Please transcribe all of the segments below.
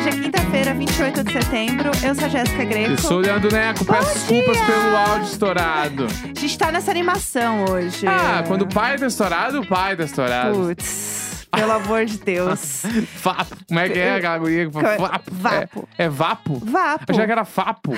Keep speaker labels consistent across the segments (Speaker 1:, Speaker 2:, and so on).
Speaker 1: é é quinta-feira, 28 de setembro. Eu sou a Jéssica Greco.
Speaker 2: Eu sou o Leandro Neco,
Speaker 1: Bom
Speaker 2: peço desculpas
Speaker 1: dia!
Speaker 2: pelo áudio estourado.
Speaker 1: A gente tá nessa animação hoje.
Speaker 2: Ah, quando o pai tá estourado, o pai tá estourado.
Speaker 1: Putz, pelo amor de Deus.
Speaker 2: Vapo. Como é que é aquela guria que fala
Speaker 1: Co-
Speaker 2: vapo?
Speaker 1: vapo.
Speaker 2: É, é vapo?
Speaker 1: Vapo.
Speaker 2: Eu já que era fapo.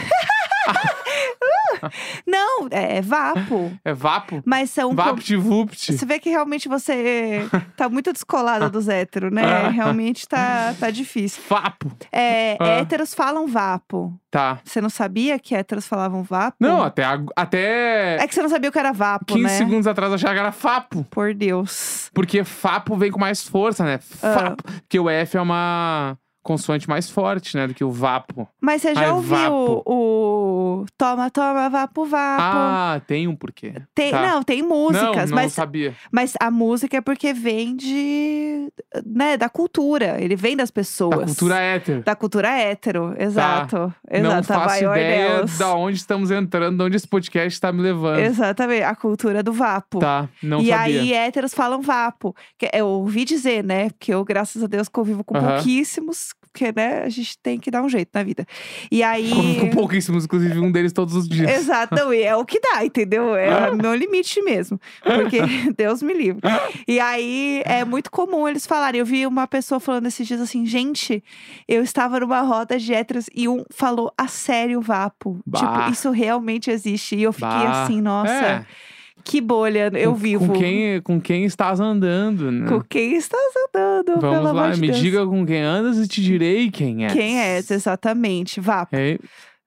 Speaker 1: Não, é, é vapo.
Speaker 2: É vapo?
Speaker 1: Mas são. com-
Speaker 2: Vapt vupt.
Speaker 1: Você vê que realmente você tá muito descolada dos héteros, né? Realmente tá, tá difícil.
Speaker 2: Fapo.
Speaker 1: É,
Speaker 2: Ah.
Speaker 1: Héteros falam vapo.
Speaker 2: Tá.
Speaker 1: Você não sabia que héteros falavam vapo?
Speaker 2: Não, até, ag- até
Speaker 1: É que você não sabia o que era vapo,
Speaker 2: 15
Speaker 1: né?
Speaker 2: segundos atrás eu achava que era fapo.
Speaker 1: Por Deus.
Speaker 2: Porque fapo vem com mais força, né?
Speaker 1: Ah.
Speaker 2: Fapo. Porque o F é uma consoante mais forte, né? Do que o vapo.
Speaker 1: Mas você já
Speaker 2: Ai,
Speaker 1: ouviu
Speaker 2: vapo.
Speaker 1: o, o Toma, toma, vapo, vapo?
Speaker 2: Ah, tem um porquê.
Speaker 1: tem,
Speaker 2: tá.
Speaker 1: Não, tem
Speaker 2: não,
Speaker 1: músicas,
Speaker 2: não
Speaker 1: mas,
Speaker 2: sabia.
Speaker 1: mas a música é porque vem de. né, da cultura. Ele vem das pessoas.
Speaker 2: Da cultura é hétero.
Speaker 1: Da cultura hétero, exato. Tá, Exato,
Speaker 2: não
Speaker 1: a
Speaker 2: faço
Speaker 1: maior
Speaker 2: ideia
Speaker 1: delas.
Speaker 2: da onde estamos entrando, de onde esse podcast está me levando.
Speaker 1: Exatamente, a cultura do vapo.
Speaker 2: Tá, não
Speaker 1: e
Speaker 2: sabia.
Speaker 1: aí, héteros falam vapo. Que eu ouvi dizer, né? Porque eu, graças a Deus, convivo com
Speaker 2: Aham.
Speaker 1: pouquíssimos, porque, né, a gente tem que dar um jeito na vida. E aí.
Speaker 2: Com, com pouquíssimos, inclusive um deles todos os dias.
Speaker 1: Exato, não, e é o que dá, entendeu?
Speaker 2: Ah.
Speaker 1: É o meu limite mesmo. Porque Deus me livre. E aí é muito comum eles falarem. Eu vi uma pessoa falando esses dias assim, gente, eu estava numa roda de héteros e um falou a sério vapo.
Speaker 2: Bah.
Speaker 1: Tipo, isso realmente existe. E eu fiquei
Speaker 2: Bah.
Speaker 1: assim, nossa,
Speaker 2: É,
Speaker 1: que bolha, eu
Speaker 2: com-
Speaker 1: vivo.
Speaker 2: Com quem, com quem estás andando, né?
Speaker 1: Com quem estás andando? pelo
Speaker 2: Vamos
Speaker 1: amor
Speaker 2: lá,
Speaker 1: de
Speaker 2: me
Speaker 1: Deus.
Speaker 2: diga com quem andas e te direi quem é.
Speaker 1: Quem é, exatamente. Vapo.
Speaker 2: É,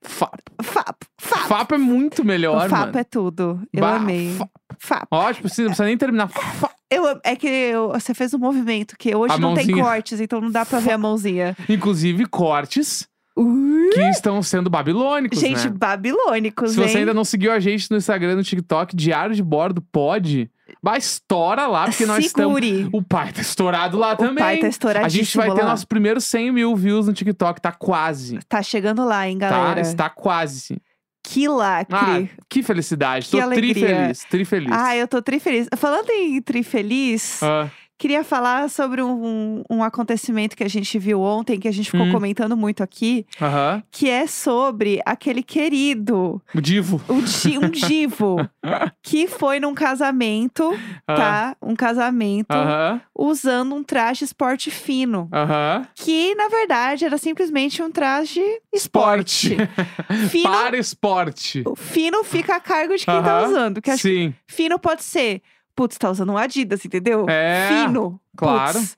Speaker 2: Fapo.
Speaker 1: Fapo. Fapo.
Speaker 2: Fapo é muito melhor,
Speaker 1: Fapo
Speaker 2: mano.
Speaker 1: é tudo. Eu
Speaker 2: Bah,
Speaker 1: amei.
Speaker 2: fa-
Speaker 1: Fapo.
Speaker 2: Ótimo, não precisa nem terminar. Fa-
Speaker 1: Eu am- é que eu- você fez um movimento que hoje
Speaker 2: A
Speaker 1: não tem
Speaker 2: mãozinha.
Speaker 1: cortes, então não dá pra ver a mãozinha.
Speaker 2: Inclusive, cortes
Speaker 1: Ui,
Speaker 2: que estão sendo babilônicos,
Speaker 1: gente,
Speaker 2: né?
Speaker 1: babilônicos,
Speaker 2: Se você
Speaker 1: hein?
Speaker 2: ainda não seguiu a gente no Instagram, no TikTok, Diário de Bordo, pode. Mas estoura lá, porque nós estamos...
Speaker 1: Segure.
Speaker 2: O pai tá estourado lá
Speaker 1: O
Speaker 2: também.
Speaker 1: pai tá
Speaker 2: a
Speaker 1: estouradíssimo
Speaker 2: gente vai ter
Speaker 1: lá.
Speaker 2: nosso primeiro 100 mil views no TikTok, tá quase.
Speaker 1: Tá chegando lá, hein, galera.
Speaker 2: Tá, está quase.
Speaker 1: Que lacre.
Speaker 2: Ah, que felicidade.
Speaker 1: Que
Speaker 2: Tô
Speaker 1: alegria.
Speaker 2: tri feliz, tri feliz.
Speaker 1: Ah, eu tô trifeliz. Falando em trifeliz,
Speaker 2: Ah,
Speaker 1: queria falar sobre um, um acontecimento que a gente viu ontem, que a gente ficou
Speaker 2: Hum.
Speaker 1: comentando muito aqui,
Speaker 2: Aham.
Speaker 1: que é sobre aquele querido,
Speaker 2: O divo.
Speaker 1: o di- um divo, que foi num casamento, tá? Um casamento.
Speaker 2: Ah, Aham,
Speaker 1: usando um traje esporte fino.
Speaker 2: aham.
Speaker 1: Que, na verdade, era simplesmente um traje esporte.
Speaker 2: Esporte.
Speaker 1: Fino,
Speaker 2: Para esporte.
Speaker 1: o fino fica a cargo de quem tá
Speaker 2: Aham,
Speaker 1: usando. Que acho que
Speaker 2: Sim,
Speaker 1: fino pode ser, putz, tá usando um Adidas, entendeu?
Speaker 2: É,
Speaker 1: fino.
Speaker 2: claro.
Speaker 1: Putz,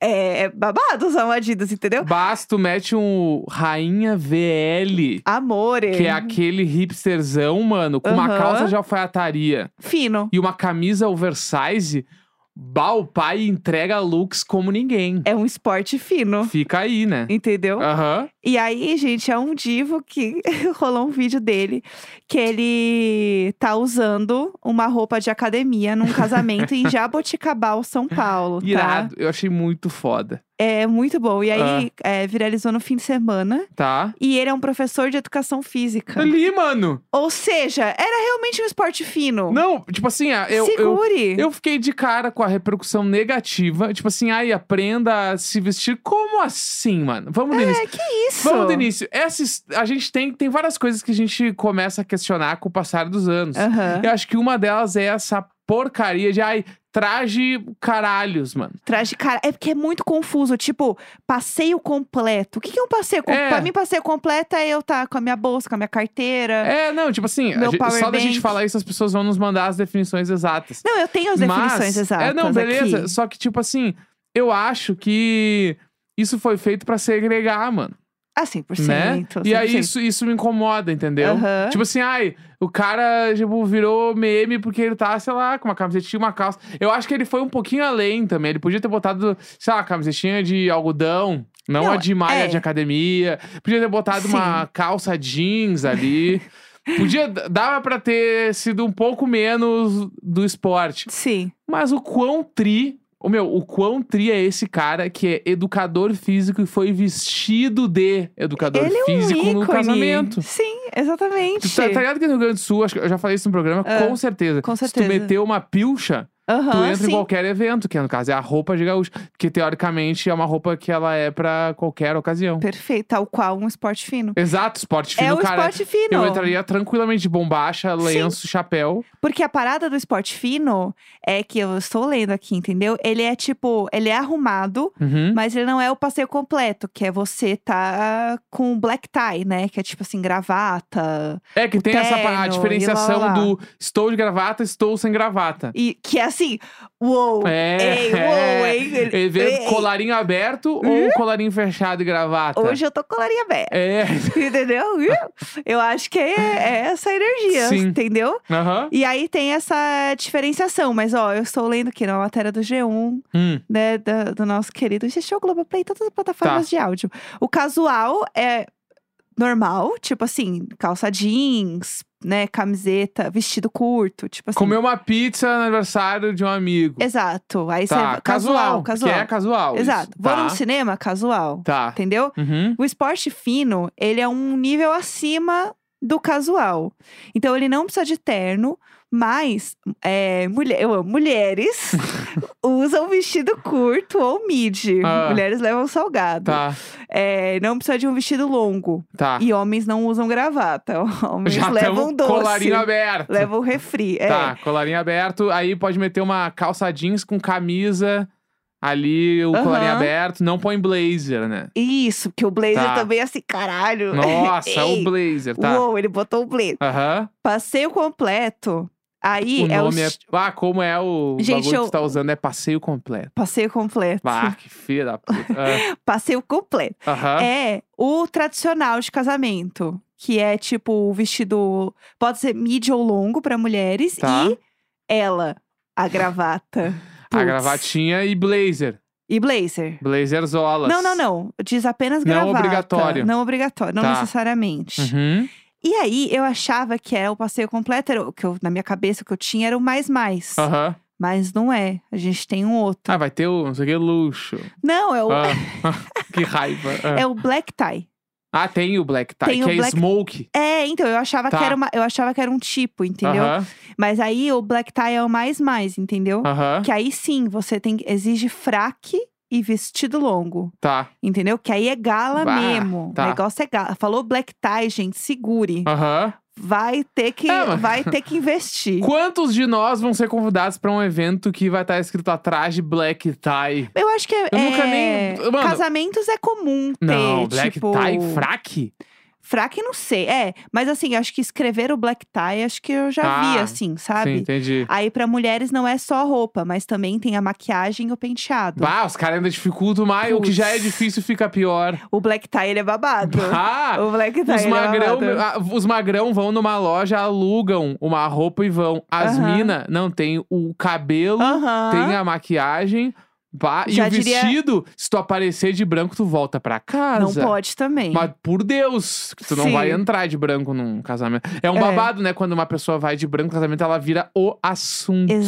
Speaker 1: é babado usar um Adidas, entendeu?
Speaker 2: Basto mete um Rainha VL,
Speaker 1: Amore.
Speaker 2: que é aquele hipsterzão, mano, com uma
Speaker 1: Aham.
Speaker 2: calça de alfaiataria.
Speaker 1: Fino.
Speaker 2: e uma camisa oversize, bah, o pai entrega looks como ninguém.
Speaker 1: É um esporte fino.
Speaker 2: Fica aí, né?
Speaker 1: Entendeu?
Speaker 2: Aham.
Speaker 1: E aí, gente, é um divo que rolou um vídeo dele que ele tá usando uma roupa de academia num casamento em Jaboticabal, São Paulo, tá?
Speaker 2: Irado. Ah. Eu achei muito foda.
Speaker 1: É muito bom. E aí, é, viralizou no fim de semana.
Speaker 2: Tá?
Speaker 1: E ele é um professor de educação física.
Speaker 2: Ali, mano.
Speaker 1: Ou seja, era realmente um esporte fino.
Speaker 2: Não, tipo assim, ah, eu, eu,
Speaker 1: Segure.
Speaker 2: eu fiquei de cara com a repercussão negativa. Tipo assim, ai, aprenda a se vestir. Como assim, mano? Vamos, Denise.
Speaker 1: É, que isso?
Speaker 2: Vamos do início. Essa, his- a gente tem, tem várias coisas que a gente começa a questionar com o passar dos anos.
Speaker 1: Aham.
Speaker 2: Eu acho que uma delas é essa porcaria de, ai, traje caralhos, mano.
Speaker 1: Traje, cara, é porque é muito confuso. Tipo, passeio completo. O que que é um passeio completo?
Speaker 2: É.
Speaker 1: Pra mim, passeio completo é eu tá com a minha bolsa, com a minha carteira.
Speaker 2: É, não, tipo assim, a
Speaker 1: Meu
Speaker 2: gente-
Speaker 1: power
Speaker 2: só da gente
Speaker 1: bank.
Speaker 2: falar isso, as pessoas vão nos mandar as definições exatas.
Speaker 1: Não, eu tenho as definições
Speaker 2: Mas,
Speaker 1: exatas.
Speaker 2: É, não, beleza.
Speaker 1: aqui.
Speaker 2: Só que, tipo assim, eu acho que isso foi feito pra segregar, mano.
Speaker 1: Ah, 100%.
Speaker 2: né? E aí
Speaker 1: 100%.
Speaker 2: isso, isso me incomoda, entendeu?
Speaker 1: Aham.
Speaker 2: Tipo assim, ai, o cara tipo, virou meme porque ele tá, sei lá, com uma camisetinha e uma calça. Eu acho que ele foi um pouquinho além também. Ele podia ter botado, sei lá, uma camisetinha de algodão. Não,
Speaker 1: Não,
Speaker 2: a de malha
Speaker 1: é.
Speaker 2: de academia. Podia ter botado uma calça jeans ali. Podia, dava pra ter sido um pouco menos do esporte.
Speaker 1: Sim.
Speaker 2: Mas o quão tri, o meu, o quão tri é esse cara que é educador físico e foi vestido de educador
Speaker 1: Ele é um
Speaker 2: físico no
Speaker 1: ícone.
Speaker 2: casamento. tá,
Speaker 1: Sim, exatamente.
Speaker 2: Tu Tá, tá ligado que no Rio Grande do Sul, acho que eu já falei isso no programa,
Speaker 1: Ah,
Speaker 2: com certeza.
Speaker 1: com
Speaker 2: Se tu
Speaker 1: certeza.
Speaker 2: meteu uma pilcha,
Speaker 1: Aham,
Speaker 2: tu entra
Speaker 1: sim.
Speaker 2: em qualquer evento, que no caso é a roupa de gaúcho. Que teoricamente é uma roupa que ela é pra qualquer ocasião.
Speaker 1: Perfeito, tal qual um esporte fino.
Speaker 2: Exato, esporte fino,
Speaker 1: é um
Speaker 2: cara.
Speaker 1: esporte fino.
Speaker 2: Eu entraria tranquilamente de bombacha, lenço, chapéu.
Speaker 1: Porque a parada do esporte fino é que eu estou lendo aqui, entendeu? Ele é tipo, ele é arrumado,
Speaker 2: Uhum.
Speaker 1: mas ele não é o passeio completo, que é você tá com black tie, né? Que é tipo assim, gravata.
Speaker 2: É que tem essa pa- a
Speaker 1: terno, e
Speaker 2: diferenciação
Speaker 1: lá, lá.
Speaker 2: do estou de gravata, estou sem gravata.
Speaker 1: E que é assim, uou!
Speaker 2: É.
Speaker 1: Ei, uou, hein? Ele-
Speaker 2: Evento
Speaker 1: ei. Hum?
Speaker 2: colarinho aberto ou colarinho fechado e gravata?
Speaker 1: Hoje eu tô colarinha aberta.
Speaker 2: É.
Speaker 1: Entendeu? Eu acho que é, é essa energia,
Speaker 2: Sim.
Speaker 1: entendeu?
Speaker 2: Aham.
Speaker 1: E aí tem essa diferenciação, mas ó, eu estou lendo aqui na matéria do G1,
Speaker 2: Hum.
Speaker 1: né, da- do, nosso querido G-Show Globoplay, todas as plataformas
Speaker 2: Tá.
Speaker 1: de áudio. O casual é normal, tipo assim, calça jeans, né, camiseta, vestido curto, tipo assim.
Speaker 2: Comeu uma pizza no aniversário de um amigo.
Speaker 1: Exato. Aí você
Speaker 2: Tá,
Speaker 1: é casual, casual.
Speaker 2: Que é casual. isso.
Speaker 1: Exato. Vou
Speaker 2: Tá.
Speaker 1: num cinema, casual.
Speaker 2: Tá.
Speaker 1: Entendeu?
Speaker 2: Uhum.
Speaker 1: O esporte fino, ele é um nível acima do casual. Então, ele não precisa de terno, mas é, mulher, eu amo, mulheres usam vestido curto ou mid.
Speaker 2: Ah.
Speaker 1: Mulheres levam salgado.
Speaker 2: Tá,
Speaker 1: É, não precisa de um vestido longo.
Speaker 2: tá.
Speaker 1: E homens não usam gravata. Homens
Speaker 2: Já
Speaker 1: levam
Speaker 2: tamo
Speaker 1: doce.
Speaker 2: Colarinho aberto.
Speaker 1: Levam refri. é.
Speaker 2: Tá, colarinho aberto. Aí pode meter uma calça jeans com camisa ali, o
Speaker 1: Aham.
Speaker 2: colarinho aberto. Não põe blazer, né?
Speaker 1: Isso, porque o blazer
Speaker 2: Tá.
Speaker 1: também é assim, caralho.
Speaker 2: Nossa, o
Speaker 1: Ei,
Speaker 2: blazer, tá.
Speaker 1: Uou, ele botou o blazer.
Speaker 2: Aham.
Speaker 1: Passeio completo. Aí
Speaker 2: O
Speaker 1: é
Speaker 2: nome
Speaker 1: o
Speaker 2: é. Ah, como é o
Speaker 1: Gente,
Speaker 2: bagulho
Speaker 1: eu-
Speaker 2: que tu tá usando? É passeio completo.
Speaker 1: Passeio completo.
Speaker 2: Ah, que filha da puta. Ah,
Speaker 1: Passeio completo.
Speaker 2: Aham.
Speaker 1: É o tradicional de casamento, que é tipo o vestido. Pode ser mid ou longo pra mulheres.
Speaker 2: Tá.
Speaker 1: E ela, a gravata.
Speaker 2: A
Speaker 1: Putz.
Speaker 2: gravatinha e blazer.
Speaker 1: E blazer.
Speaker 2: Blazer zolas.
Speaker 1: Não, não, não. Diz apenas
Speaker 2: Não
Speaker 1: gravata.
Speaker 2: obrigatório.
Speaker 1: Não obrigatório, não
Speaker 2: Tá.
Speaker 1: necessariamente.
Speaker 2: Uhum.
Speaker 1: E aí, eu achava que era o passeio completo, era o que eu- na minha cabeça o que eu tinha era o mais mais.
Speaker 2: Aham.
Speaker 1: Mas não é. A gente tem um outro.
Speaker 2: Ah, vai ter o, não sei o que, luxo.
Speaker 1: Não, é o,
Speaker 2: Ah, que raiva. Ah.
Speaker 1: é o black tie.
Speaker 2: Ah, tem o black tie,
Speaker 1: Tem
Speaker 2: que
Speaker 1: o
Speaker 2: é
Speaker 1: black-
Speaker 2: smoke.
Speaker 1: É, então, eu achava
Speaker 2: Tá.
Speaker 1: que era uma, eu achava que era um tipo, entendeu?
Speaker 2: Aham,
Speaker 1: Mas aí o black tie é o mais mais, entendeu?
Speaker 2: aham,
Speaker 1: Que aí sim, você tem exige fraque e vestido longo,
Speaker 2: tá.
Speaker 1: entendeu? Que aí é gala
Speaker 2: Bah,
Speaker 1: mesmo.
Speaker 2: tá.
Speaker 1: O negócio é gala. Falou black tie, gente, segure.
Speaker 2: Aham.
Speaker 1: Vai ter que
Speaker 2: É, mas-
Speaker 1: vai ter que investir.
Speaker 2: Quantos de nós vão ser convidados pra um evento que vai estar escrito atrás de black tie?
Speaker 1: Eu acho que é,
Speaker 2: Eu nunca
Speaker 1: é,
Speaker 2: nem- Mano-
Speaker 1: casamentos é comum ter,
Speaker 2: Não, black
Speaker 1: tipo,
Speaker 2: tie fraque?
Speaker 1: fraque não sei. É, mas assim, acho que escrever o black tie, acho que eu já vi
Speaker 2: Ah,
Speaker 1: assim,
Speaker 2: Sim,
Speaker 1: sabe?
Speaker 2: entendi.
Speaker 1: Aí pra mulheres não é só a roupa, mas também tem a maquiagem e o penteado.
Speaker 2: Bah, os caras ainda dificultam mais, o que já é
Speaker 1: Putz.
Speaker 2: difícil fica pior.
Speaker 1: o black tie ele é babado.
Speaker 2: Ah,
Speaker 1: o black tie
Speaker 2: Os
Speaker 1: ele é
Speaker 2: magrão,
Speaker 1: babado.
Speaker 2: ah, os magrão vão numa loja, alugam uma roupa e vão. As
Speaker 1: Aham.
Speaker 2: mina não tem o cabelo,
Speaker 1: Aham.
Speaker 2: Ah, tem a maquiagem. pá, e
Speaker 1: Já
Speaker 2: o
Speaker 1: diria-
Speaker 2: vestido, se tu aparecer de branco, tu volta pra
Speaker 1: Não
Speaker 2: casa.
Speaker 1: pode também.
Speaker 2: Mas por Deus, que tu não
Speaker 1: Sim.
Speaker 2: vai entrar de branco num casamento. É um
Speaker 1: É.
Speaker 2: babado, né? Quando uma pessoa vai de branco no casamento, ela vira o assunto. E,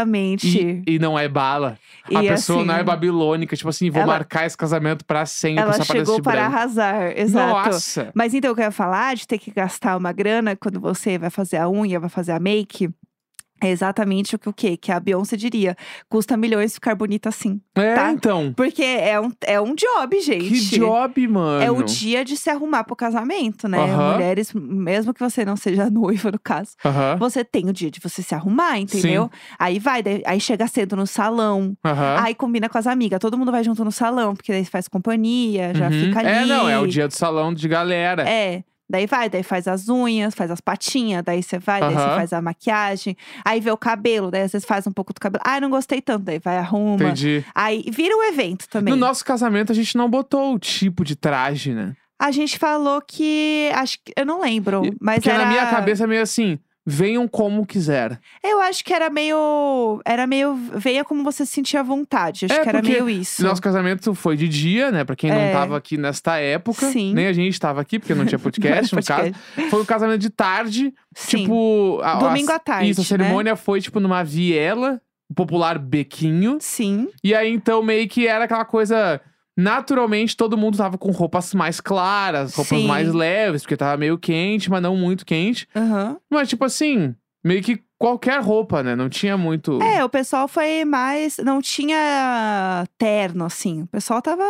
Speaker 1: Exatamente.
Speaker 2: e não é bala.
Speaker 1: E
Speaker 2: a pessoa
Speaker 1: assim,
Speaker 2: não é babilônica. Tipo assim, vou
Speaker 1: ela-
Speaker 2: marcar esse casamento pra sempre.
Speaker 1: Ela
Speaker 2: só aparece
Speaker 1: chegou
Speaker 2: de
Speaker 1: para
Speaker 2: branco.
Speaker 1: arrasar, exato.
Speaker 2: Nossa.
Speaker 1: Mas então eu quero falar de ter que gastar uma grana quando você vai fazer a unha, vai fazer a make. É exatamente o que o quê? Que a Beyoncé diria. Custa milhões ficar bonita assim.
Speaker 2: É,
Speaker 1: Tá?
Speaker 2: então.
Speaker 1: Porque é um, é um job, gente.
Speaker 2: Que job, mano.
Speaker 1: É o dia de se arrumar pro casamento, né?
Speaker 2: Aham.
Speaker 1: Mulheres, mesmo que você não seja noiva, no caso,
Speaker 2: Aham,
Speaker 1: você tem o dia de você se arrumar, entendeu? Aí vai, daí- aí chega cedo no salão,
Speaker 2: aham.
Speaker 1: aí combina com as amigas, todo mundo vai junto no salão, porque daí faz companhia, já
Speaker 2: Uhum.
Speaker 1: fica ali.
Speaker 2: É, não, é o dia do salão de galera.
Speaker 1: É. Daí vai, daí faz as unhas, faz as patinhas, daí você vai, daí você
Speaker 2: Aham.
Speaker 1: faz a maquiagem, aí vê o cabelo, daí às vezes faz um pouco do cabelo. Ah, não gostei tanto, daí vai, arruma.
Speaker 2: Entendi.
Speaker 1: Aí vira um evento também.
Speaker 2: No nosso casamento, a gente não botou o tipo de traje, né?
Speaker 1: A gente falou que. Acho que. Eu não lembro.
Speaker 2: E-
Speaker 1: Mas
Speaker 2: Porque
Speaker 1: era.
Speaker 2: na minha cabeça é meio assim: venham como quiser.
Speaker 1: Eu acho que era meio. Era meio. Veia como você se sentia à vontade. Acho
Speaker 2: É,
Speaker 1: que era
Speaker 2: porque
Speaker 1: meio isso.
Speaker 2: Nosso casamento foi de dia, né? Pra quem não
Speaker 1: É.
Speaker 2: tava aqui nesta época.
Speaker 1: Sim.
Speaker 2: Nem a gente tava aqui, porque não tinha podcast,
Speaker 1: Não
Speaker 2: no
Speaker 1: era podcast.
Speaker 2: caso. Foi um casamento de tarde.
Speaker 1: Sim.
Speaker 2: Tipo. a- a-
Speaker 1: Domingo à tarde,
Speaker 2: Isso, a
Speaker 1: né?
Speaker 2: cerimônia foi, tipo, numa viela, o popular bequinho.
Speaker 1: Sim.
Speaker 2: E aí, então, meio que era aquela coisa. Naturalmente, todo mundo tava com roupas mais claras, roupas
Speaker 1: Sim.
Speaker 2: mais leves, porque tava meio quente, mas não muito quente.
Speaker 1: Aham.
Speaker 2: Mas, tipo assim, meio que qualquer roupa, né? Não tinha muito.
Speaker 1: É, o pessoal foi mais. Não tinha terno, assim. O pessoal tava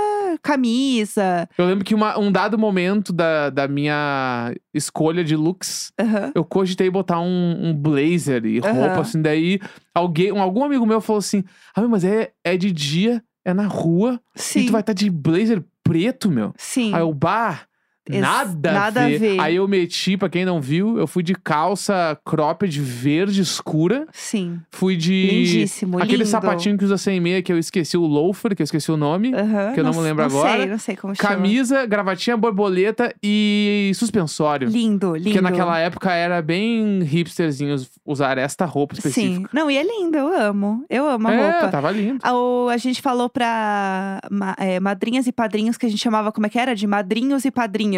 Speaker 1: camisa.
Speaker 2: Eu lembro que uma- um dado momento da, da minha escolha de looks,
Speaker 1: Aham.
Speaker 2: eu cogitei botar um, um blazer e roupa,
Speaker 1: Aham.
Speaker 2: assim. Daí alguém, um- algum amigo meu falou assim: Ah, meu, mas é, é de dia, é na rua, e
Speaker 1: Sim.
Speaker 2: tu vai estar de blazer preto, meu.
Speaker 1: Sim.
Speaker 2: Aí eu, bah,
Speaker 1: Ex-
Speaker 2: nada,
Speaker 1: nada a
Speaker 2: a, ver.
Speaker 1: ver.
Speaker 2: Aí eu meti, pra quem não viu, eu fui de calça cropped verde escura.
Speaker 1: Sim.
Speaker 2: Fui de.
Speaker 1: Lindíssimo.
Speaker 2: Aquele
Speaker 1: lindo.
Speaker 2: sapatinho que usa sem meia, que eu esqueci o loafer, que eu esqueci o nome.
Speaker 1: Aham,
Speaker 2: que eu não me lembro agora.
Speaker 1: Sei, não sei como chama.
Speaker 2: Camisa, gravatinha, borboleta e suspensório.
Speaker 1: Lindo, lindo.
Speaker 2: Porque é naquela época era bem hipsterzinho us- usar esta roupa
Speaker 1: Sim.
Speaker 2: específica.
Speaker 1: Não, e é lindo, eu amo. Eu amo a
Speaker 2: é,
Speaker 1: roupa.
Speaker 2: tava lindo.
Speaker 1: Ah, o- A gente falou pra ma- é, madrinhas e padrinhos que a gente chamava, como é que era? De madrinhos e padrinhas.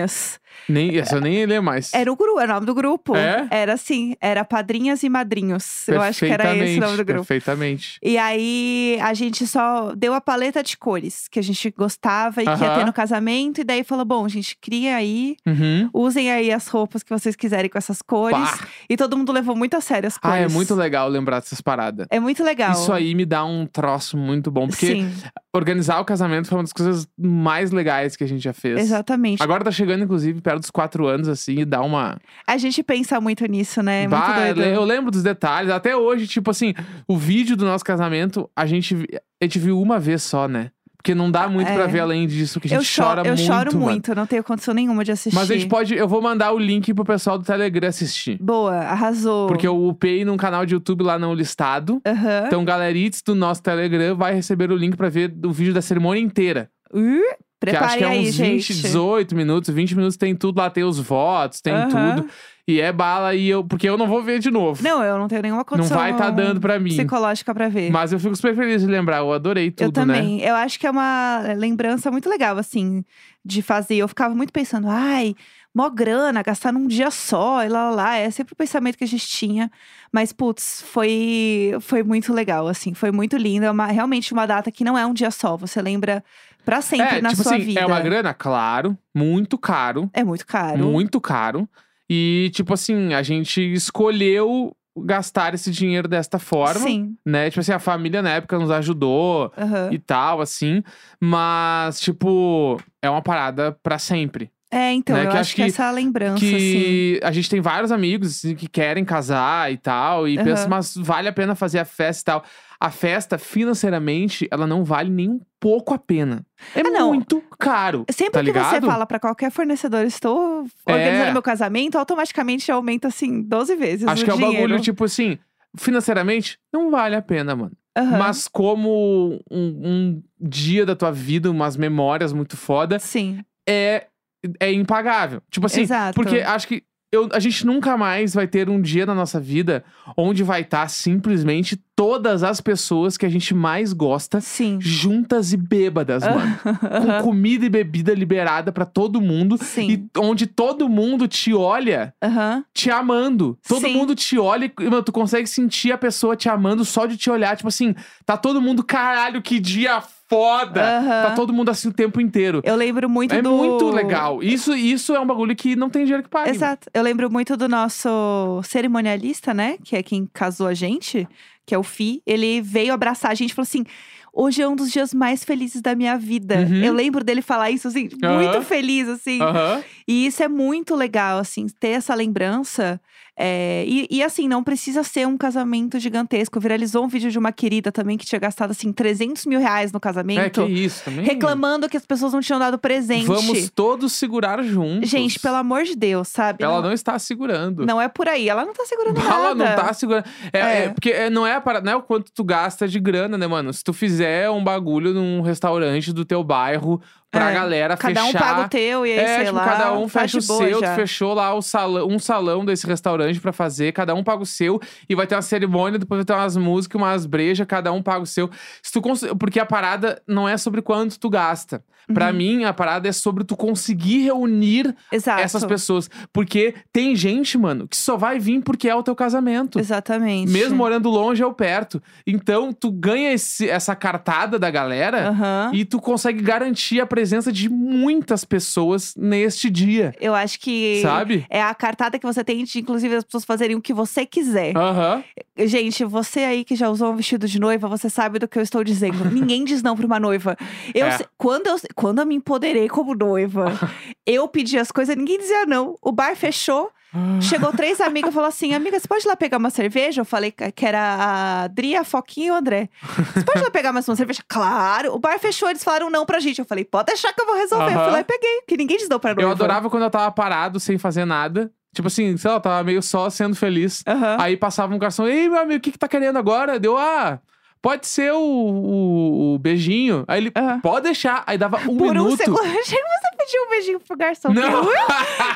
Speaker 2: Nem, essa eu nem lê mais.
Speaker 1: Era o grupo, era o nome do grupo.
Speaker 2: É?
Speaker 1: Era assim, era padrinhas e madrinhos. Eu acho que era esse o nome do
Speaker 2: Perfeitamente,
Speaker 1: grupo.
Speaker 2: Perfeitamente.
Speaker 1: E aí a gente só deu a paleta de cores que a gente gostava e que ia
Speaker 2: Aham.
Speaker 1: ter no casamento. E daí falou: bom, gente, cria aí,
Speaker 2: Uhum.
Speaker 1: usem aí as roupas que vocês quiserem com essas cores.
Speaker 2: Pá.
Speaker 1: E todo mundo levou muito a sério as
Speaker 2: Ah,
Speaker 1: cores.
Speaker 2: é muito legal lembrar dessas paradas.
Speaker 1: É muito legal.
Speaker 2: Isso aí me dá um troço muito bom, porque
Speaker 1: Sim,
Speaker 2: organizar o casamento foi uma das coisas mais legais que a gente já fez.
Speaker 1: exatamente.
Speaker 2: Agora tá chegando, inclusive, perto dos quatro anos, assim, e dá uma.
Speaker 1: A gente pensa muito nisso, né? É
Speaker 2: Bah,
Speaker 1: muito doido.
Speaker 2: Eu lembro dos detalhes. Até hoje, tipo assim, o vídeo do nosso casamento, a gente, vi- a gente viu uma vez só, né? Porque não dá muito
Speaker 1: É.
Speaker 2: pra ver além disso, que a gente
Speaker 1: Eu, choro,
Speaker 2: chora
Speaker 1: eu
Speaker 2: muito.
Speaker 1: choro
Speaker 2: mano.
Speaker 1: muito, não tenho condição nenhuma de assistir.
Speaker 2: Mas a gente pode. Eu vou mandar o link pro pessoal do Telegram assistir.
Speaker 1: Boa, arrasou.
Speaker 2: Porque eu upei num canal de YouTube lá não listado.
Speaker 1: Aham.
Speaker 2: Então, galerites do nosso Telegram vai receber o link pra ver o vídeo da cerimônia inteira.
Speaker 1: Uh,
Speaker 2: que acho
Speaker 1: Preparem
Speaker 2: que é
Speaker 1: aí,
Speaker 2: uns 20,
Speaker 1: gente.
Speaker 2: 18 minutos, 20 minutos tem tudo lá, tem os votos, tem
Speaker 1: Aham.
Speaker 2: tudo. E é bala e eu. Porque eu não vou ver de novo.
Speaker 1: Não, eu não tenho nenhuma
Speaker 2: Não
Speaker 1: condição
Speaker 2: vai tá dando pra mim.
Speaker 1: psicológica pra ver.
Speaker 2: Mas eu fico super feliz de lembrar, eu adorei tudo,
Speaker 1: eu
Speaker 2: né?
Speaker 1: também. Eu acho que é uma lembrança muito legal, assim, de fazer. Eu ficava muito pensando, ai, mó grana, gastar num dia só, e lá, lá, lá. É sempre o pensamento que a gente tinha. Mas, putz, foi, foi muito legal, assim. Foi muito lindo. É uma, realmente uma data que não é um dia só. Você lembra pra sempre
Speaker 2: é,
Speaker 1: na
Speaker 2: tipo
Speaker 1: sua
Speaker 2: assim,
Speaker 1: vida.
Speaker 2: é uma grana, claro, muito caro,
Speaker 1: É muito caro.
Speaker 2: muito caro. E tipo assim, a gente escolheu gastar esse dinheiro desta forma,
Speaker 1: Sim.
Speaker 2: né? Tipo assim, a família na época nos ajudou
Speaker 1: aham.
Speaker 2: e tal, assim, mas tipo, é uma parada pra sempre.
Speaker 1: É, então,
Speaker 2: né,
Speaker 1: eu
Speaker 2: que
Speaker 1: acho
Speaker 2: acho
Speaker 1: que,
Speaker 2: que-
Speaker 1: essa lembrança, assim.
Speaker 2: que a gente tem vários amigos assim, que querem casar e tal, e
Speaker 1: Aham.
Speaker 2: pensa, mas vale a pena fazer a festa e tal. A festa, financeiramente, ela não vale nem um pouco a pena. É
Speaker 1: Ah, não.
Speaker 2: muito caro.
Speaker 1: Sempre
Speaker 2: tá
Speaker 1: que você
Speaker 2: ligado?
Speaker 1: fala pra qualquer fornecedor, estou
Speaker 2: É.
Speaker 1: organizando meu casamento, automaticamente aumenta assim 12 vezes.
Speaker 2: Acho
Speaker 1: o
Speaker 2: que é um
Speaker 1: dinheiro.
Speaker 2: bagulho tipo assim. Financeiramente, não vale a pena, mano.
Speaker 1: Aham.
Speaker 2: Mas como um, um dia da tua vida, umas memórias muito foda,
Speaker 1: Sim,
Speaker 2: é, é impagável. Tipo né? assim,
Speaker 1: exato.
Speaker 2: Porque acho que eu- a gente nunca mais vai ter um dia na nossa vida onde vai estar simplesmente todas as pessoas que a gente mais gosta
Speaker 1: Sim.
Speaker 2: juntas e bêbadas, mano. Com
Speaker 1: Aham.
Speaker 2: comida e bebida liberada pra todo mundo.
Speaker 1: Sim.
Speaker 2: E onde todo mundo te olha
Speaker 1: Aham.
Speaker 2: te amando. Todo
Speaker 1: Sim.
Speaker 2: mundo te olha e, mano, tu consegue sentir a pessoa te amando só de te olhar. Tipo assim, tá todo mundo, caralho, que dia foda!
Speaker 1: Aham.
Speaker 2: Tá todo mundo assim o tempo inteiro.
Speaker 1: Eu lembro muito
Speaker 2: é
Speaker 1: do.
Speaker 2: muito legal. Isso, isso é um bagulho que não tem dinheiro que pague. mano.
Speaker 1: Exato. Eu lembro muito do nosso cerimonialista, né? Que é quem casou a gente, que é o Fi. Ele veio abraçar a gente e falou assim: hoje é um dos dias mais felizes da minha vida.
Speaker 2: Uhum.
Speaker 1: Eu lembro dele falar isso, assim, muito
Speaker 2: Aham.
Speaker 1: feliz, assim.
Speaker 2: Aham.
Speaker 1: E isso é muito legal, assim, ter essa lembrança. é, e, e, assim, não precisa ser um casamento gigantesco. Viralizou um vídeo de uma querida também que tinha gastado, assim, 300 mil reais no
Speaker 2: É que
Speaker 1: casamento.
Speaker 2: isso também.
Speaker 1: reclamando que as pessoas não tinham dado presente.
Speaker 2: Vamos todos segurar juntos.
Speaker 1: Gente, pelo amor de Deus, sabe?
Speaker 2: Ela não está segurando.
Speaker 1: não é por aí. Ela não tá segurando nada.
Speaker 2: Ela não tá segurando. É,
Speaker 1: É.
Speaker 2: é, porque é, não é a parada, não é o quanto tu gasta de grana, né, mano? Se tu fizer um bagulho num restaurante do teu bairro pra
Speaker 1: É,
Speaker 2: galera
Speaker 1: Cada um
Speaker 2: fechar.
Speaker 1: paga o teu e aí,
Speaker 2: é,
Speaker 1: sei
Speaker 2: tipo,
Speaker 1: lá.
Speaker 2: cada um
Speaker 1: tá
Speaker 2: fecha o
Speaker 1: de boa
Speaker 2: seu,
Speaker 1: já.
Speaker 2: tu fechou lá o salão, um salão desse restaurante pra fazer, cada um paga o seu, e vai ter uma cerimônia, depois vai ter umas músicas, umas brejas, cada um paga o seu. Se tu cons- Porque a parada não é sobre quanto tu gasta. Pra
Speaker 1: Uhum.
Speaker 2: mim, a parada é sobre tu conseguir reunir
Speaker 1: Exato.
Speaker 2: essas pessoas. Porque tem gente, mano, que só vai vir porque é o teu casamento.
Speaker 1: Exatamente.
Speaker 2: Mesmo morando longe ou perto. Então, tu ganha esse- essa cartada da galera
Speaker 1: Aham.
Speaker 2: e tu consegue garantir a presença de muitas pessoas neste dia,
Speaker 1: Eu acho que
Speaker 2: sabe?
Speaker 1: é a cartada que você tem de, inclusive, as pessoas fazerem o que você quiser.
Speaker 2: Aham.
Speaker 1: Gente, você aí que já usou um vestido de noiva, você sabe do que eu estou dizendo. Ninguém diz não pra uma noiva. Eu,
Speaker 2: É.
Speaker 1: se- quando, eu, quando eu me empoderei como noiva, eu pedi as coisas, ninguém dizia não. O bar fechou,
Speaker 2: Ah.
Speaker 1: chegou três amigas e falou assim: Amiga, você pode ir lá pegar uma cerveja? Eu falei que que era a Dria, a Foquinha e o André. Você pode ir lá pegar mais uma cerveja? Claro. O bar fechou, eles falaram não pra gente. Eu falei: Pode deixar que eu vou resolver. Eu
Speaker 2: Aham.
Speaker 1: fui lá e peguei, que ninguém diz não pra noiva.
Speaker 2: Eu adorava quando eu tava parado, sem fazer nada. Tipo assim, sei lá, eu tava meio só sendo feliz.
Speaker 1: Aham.
Speaker 2: Aí passava um garçom, ei, meu amigo, o que, que tá querendo agora? Deu, ah, pode ser o, o- o beijinho. Aí ele,
Speaker 1: Aham.
Speaker 2: pode deixar. Aí dava um
Speaker 1: Por
Speaker 2: minuto.
Speaker 1: um segundo, um? achei que você pediu um beijinho pro garçom.
Speaker 2: Não!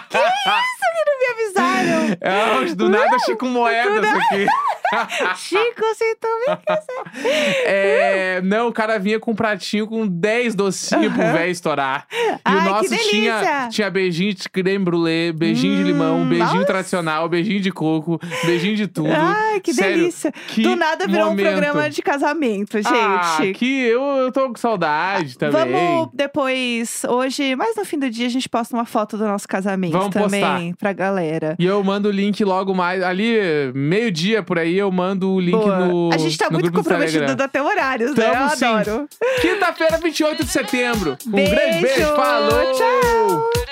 Speaker 1: Que não me avisaram.
Speaker 2: É, do nada achei com moedas
Speaker 1: nada.
Speaker 2: aqui.
Speaker 1: Chico, você também.
Speaker 2: É, não, o cara vinha com um pratinho com 10 docinhos pro
Speaker 1: Aham.
Speaker 2: velho estourar. E
Speaker 1: Ai,
Speaker 2: o
Speaker 1: que
Speaker 2: nosso tinha,
Speaker 1: delícia!
Speaker 2: tinha beijinho de creme brulee, beijinho de limão,
Speaker 1: Hum,
Speaker 2: beijinho
Speaker 1: nossa.
Speaker 2: tradicional, beijinho de coco, beijinho de tudo.
Speaker 1: Ai, que
Speaker 2: Sério,
Speaker 1: delícia.
Speaker 2: que
Speaker 1: Do nada virou
Speaker 2: momento.
Speaker 1: um programa de casamento, gente. Ah,
Speaker 2: Ah, que eu, eu tô com saudade também.
Speaker 1: Vamos depois, hoje, mais no fim do dia, a gente posta uma foto do nosso casamento
Speaker 2: Vamos
Speaker 1: também
Speaker 2: postar.
Speaker 1: pra galera.
Speaker 2: E eu mando o link logo mais. Ali, meio-dia por aí, eu mando o link
Speaker 1: Boa.
Speaker 2: no.
Speaker 1: a gente tá
Speaker 2: no
Speaker 1: muito
Speaker 2: grupo do
Speaker 1: comprometido
Speaker 2: Telegram.
Speaker 1: dando até horários, né? Eu
Speaker 2: Tamo sim.
Speaker 1: adoro.
Speaker 2: Quinta-feira, 28 de setembro. Um grande beijo.
Speaker 1: Beijo.
Speaker 2: Falou!
Speaker 1: Tchau.